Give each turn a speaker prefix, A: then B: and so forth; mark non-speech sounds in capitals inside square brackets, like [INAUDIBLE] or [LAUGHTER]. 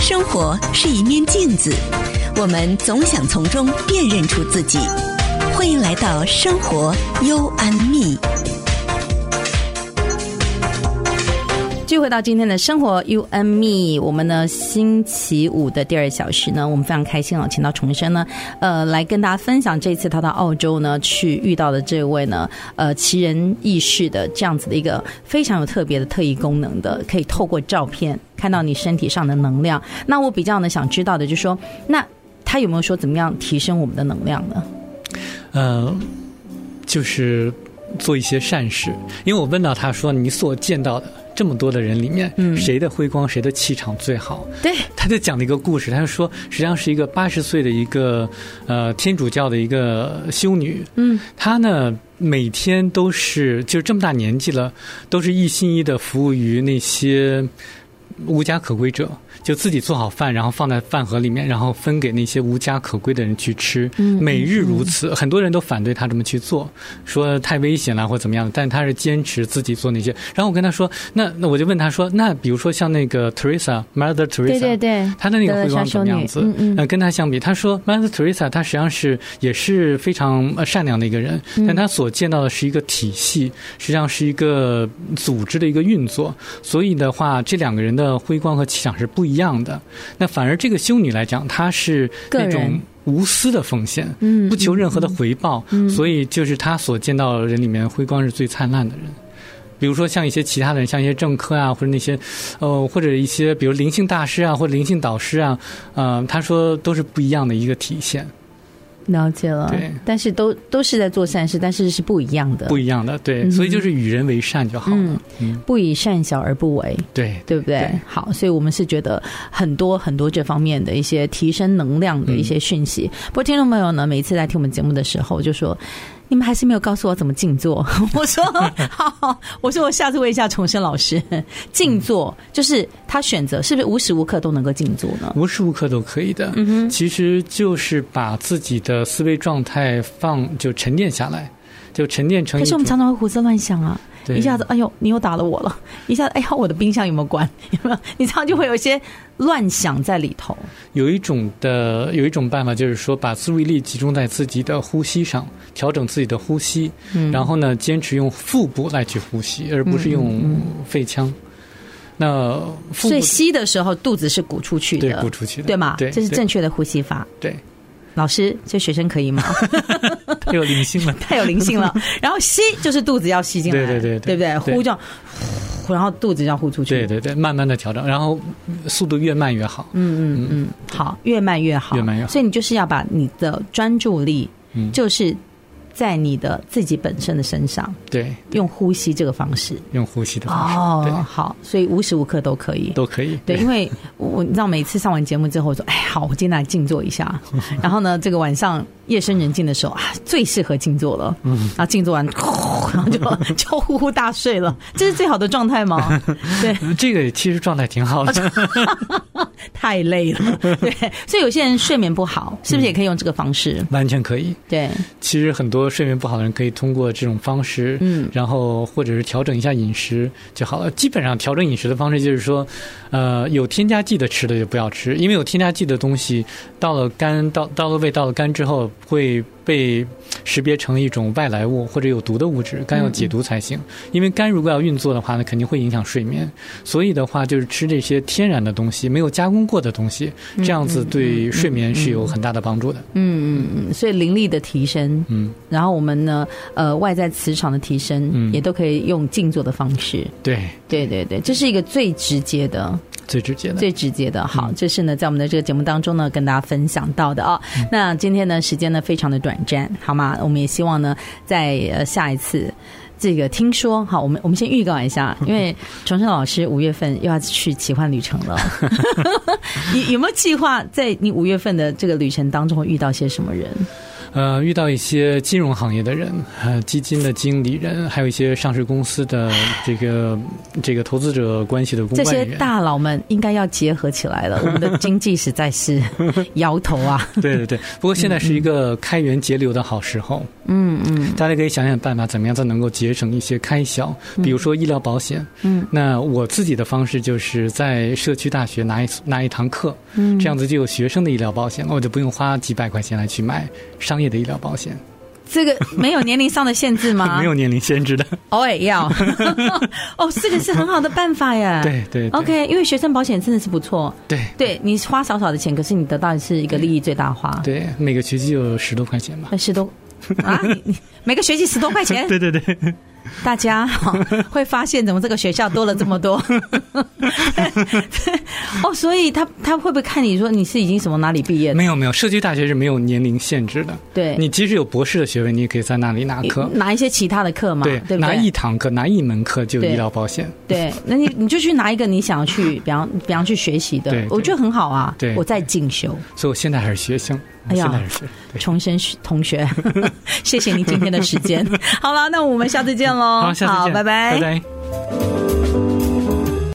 A: 生活是一面镜子，我们总想从中辨认出自己。欢迎来到生活幽暗秘。
B: 聚回到今天的生活 U and Me，我们呢星期五的第二小时呢，我们非常开心哦，请到重生呢，呃，来跟大家分享这次他到澳洲呢去遇到的这位呢，呃，奇人异事的这样子的一个非常有特别的特异功能的，可以透过照片看到你身体上的能量。那我比较呢想知道的就是说，那他有没有说怎么样提升我们的能量呢？
C: 嗯，就是做一些善事。因为我问到他说：“你所见到的这么多的人里面，
B: 嗯
C: 谁的辉光，谁的气场最好？”
B: 对，
C: 他在讲的一个故事，他就说，实际上是一个八十岁的一个呃天主教的一个修女，
B: 嗯，
C: 她呢每天都是就是这么大年纪了，都是一心一意的服务于那些无家可归者，就自己做好饭，然后放在饭盒里面，然后分给那些无家可归的人去吃，
B: 嗯
C: 每日如此。很多人都反对她这么去做，说太危险了或怎么样的，但她是坚持自己做那些。然后我跟她说，那那我就问她说，那比如说像那个 Teresa Mother Teresa，
B: 对对对，
C: 他的那个
B: 德
C: 辉
B: 萨
C: 煌怎
B: 修
C: 么
B: 女
C: 样子？
B: 嗯嗯
C: 呃跟他相比，他说 Mother Teresa，她实际上是也是非常呃善良的一个人，
B: 嗯
C: 但他所见到的是一个体系，实际上是一个组织的一个运作。所以的话，这两个人的辉光和气场是不一样的。那反而这个修女来讲，她是那
B: 个
C: 种
B: 人
C: 无私的奉献，
B: 嗯
C: 不求任何的回报，所以就是他所见到的人里面，辉光是最灿烂的人。比如说像一些其他的人，像一些政客啊，或者那些，呃，或者一些比如灵性大师啊，或者灵性导师啊，呃，他说都是不一样的一个体现，
B: 了解了，
C: 对
B: 但是都都是在做善事，但是是不一样的，
C: 不一样的，对，
B: 嗯
C: 所以就是与人为善就好了，
B: 嗯
C: 嗯，
B: 不以善小而不为，
C: 对，
B: 对不对？
C: 对
B: 好，所以我们是觉得很多很多这方面的一些提升能量的一
C: 嗯
B: 些讯息。不过听众朋友呢，每次来听我们节目的时候，就说。你们还是没有告诉我怎么静坐。 [LAUGHS] 我
C: [LAUGHS]
B: 说好好，我说我下次问一下重生老师，
C: 嗯
B: 静坐就是他选择是不是无时无刻都能够静坐呢？
C: 无时无刻都可以的，
B: 嗯哼，
C: 其实就是把自己的思维状态放就沉淀下来，就沉淀成
B: 可
C: 一
B: 是我们
C: 种，
B: 常常会胡思乱想啊，
C: 对
B: 一下子，哎呦，你又打了我了！ [LAUGHS] 一下子，哎呀，我的冰箱有没有关？ [LAUGHS] 有没有？你这样就会有一些乱想在里头。
C: 有一种的有一种办法，就是说把注意力集中在自己的呼吸上，调整自己的呼吸，
B: 嗯
C: 然后呢，坚持用腹部来去呼吸，而不是
B: 嗯
C: 用肺腔。那腹
B: 所
C: 部
B: 以吸的时候肚子是鼓出去
C: 对
B: 的
C: 鼓，出去的，
B: 对吗？
C: 对，
B: 这是
C: 对
B: 正确的呼吸法。
C: 对，
B: 老师，这学生可
C: [LAUGHS]
B: 以吗？。
C: 太有灵性了
B: [LAUGHS] 太有灵性了。然后吸就是肚子要吸进来，
C: 对对
B: 对
C: 对对
B: 不对？
C: 对
B: 呼叫，呼然后肚子要呼出去。
C: 对对对，慢慢的调整，然后速度越慢越好。
B: 嗯嗯嗯，好，越慢越好，
C: 越慢越好
B: 所以你就是要把你的专注力，
C: 嗯
B: 就是在你的自己本身的身上，
C: 对，
B: 用呼吸这个方式。
C: 用呼吸的方式，
B: 哦，
C: 对，
B: 好，所以无时无刻都可以。
C: 都可以。
B: 对，因为我你知道，每次上完节目之后，我说：“哎，好，我今天来静坐一
C: [LAUGHS]
B: 下。”然后呢，这个晚上夜深人静的时候啊，最适合静坐了。嗯，然后静坐完， [LAUGHS] 然后就 [LAUGHS] 就呼呼大睡了，这是最好的状态
C: [LAUGHS]
B: 吗？ [LAUGHS] 对，
C: 这个其实状态挺好 [LAUGHS] 的，
B: 太累了。对，所以有些人睡眠不好，是不是也可以用这个方式？
C: 完全可以。
B: 对，
C: 其实很多睡眠不好的人可以通过这种方式，
B: 嗯
C: 然后或者是调整一下饮食就好了。基本上调整饮食的方式就是说，呃，有添加剂的吃的就不要吃，因为有添加剂的东西到了肝到到了胃到了肝之后会被识别成一种外来物或者有毒的物质，肝要解毒才行。因为肝如果要运作的话呢，肯定会影响睡眠，所以的话就是吃这些天然的东西，没有加工过的东西，这样子对睡眠是有很大的帮助的。
B: 嗯嗯嗯，所以灵力的提升，
C: 嗯，
B: 然后我们呢，呃，外在磁场的提升，
C: 嗯
B: 也都可以用静坐的方式。
C: 对，
B: 对对对，这是一个最直接的。
C: 最直接的。
B: 最直接的。好，这是呢，在我们的这个节目当中呢，跟大家分享到的啊、那今天呢，时间呢非常的短暂，好吗？我们也希望呢，在呃下一次。这个听说好，我们我们先预告一下，因为重生老师五月份又要去奇幻旅程 [LAUGHS] 了。你有没有计划在你五月份的这个旅程当中会遇到些什么人？
C: 呃，遇到一些金融行业的人，呃，基金的经理人，还有一些上市公司的这个这个投资者关系的公
B: 这
C: 关
B: 些
C: 人员。
B: 大佬们应该要结合起来了，我们的经济实在是 [LAUGHS] 摇头啊。
C: 对对对，不过现在是一个开源节流的好时候，
B: 嗯嗯
C: 大家可以想想办法，怎么样才能够节省一些开销，比如说医疗保险。
B: 嗯
C: 那我自己的方式就是在社区大学拿一拿一堂课，
B: 嗯，
C: 这样子就有学生的医疗保险了，我就不用花几百块钱来去买商业的医疗保险，
B: 这个没有年龄上的限制吗？
C: [LAUGHS] 没有年龄限制的。
B: 偶尔
C: [LAUGHS]
B: 要。哦，这个是很好的办法呀。
C: 对对对
B: 啊 OK，因为学生保险真的是不错，
C: 对
B: 对你花少少的钱，可是你得到的是一个利益最大化。
C: 对，每个学期有十多块钱
B: [LAUGHS]
C: 吧。
B: 那十多啊，你你每个学期十多块钱，
C: 对对对，
B: 大家、哦、会发现怎么这个学校多了这么多。 [LAUGHS] 哦，所以他他会不会看你说你是已经什么哪里毕业的？
C: [LAUGHS] 没有没有，社区大学是没有年龄限制的。
B: 对，
C: 你即使有博士的学位，你也可以在那里拿课。
B: 拿一些其他的课嘛，对不对？
C: 拿一堂课，拿一门课就有医疗保险。
B: 对， [LAUGHS] 那你你就去拿一个你想要去，比方比方去学习的
C: 对，对
B: 我觉得很好啊。
C: 对
B: 我在进修，
C: 所以我现在还是学生，
B: 哎呀
C: 现在还是学生对。
B: 重生同学， [LAUGHS] 哦谢谢你今天的时间。好了，那我们下次见喽。
C: 好，下次见，
B: 拜
C: 拜拜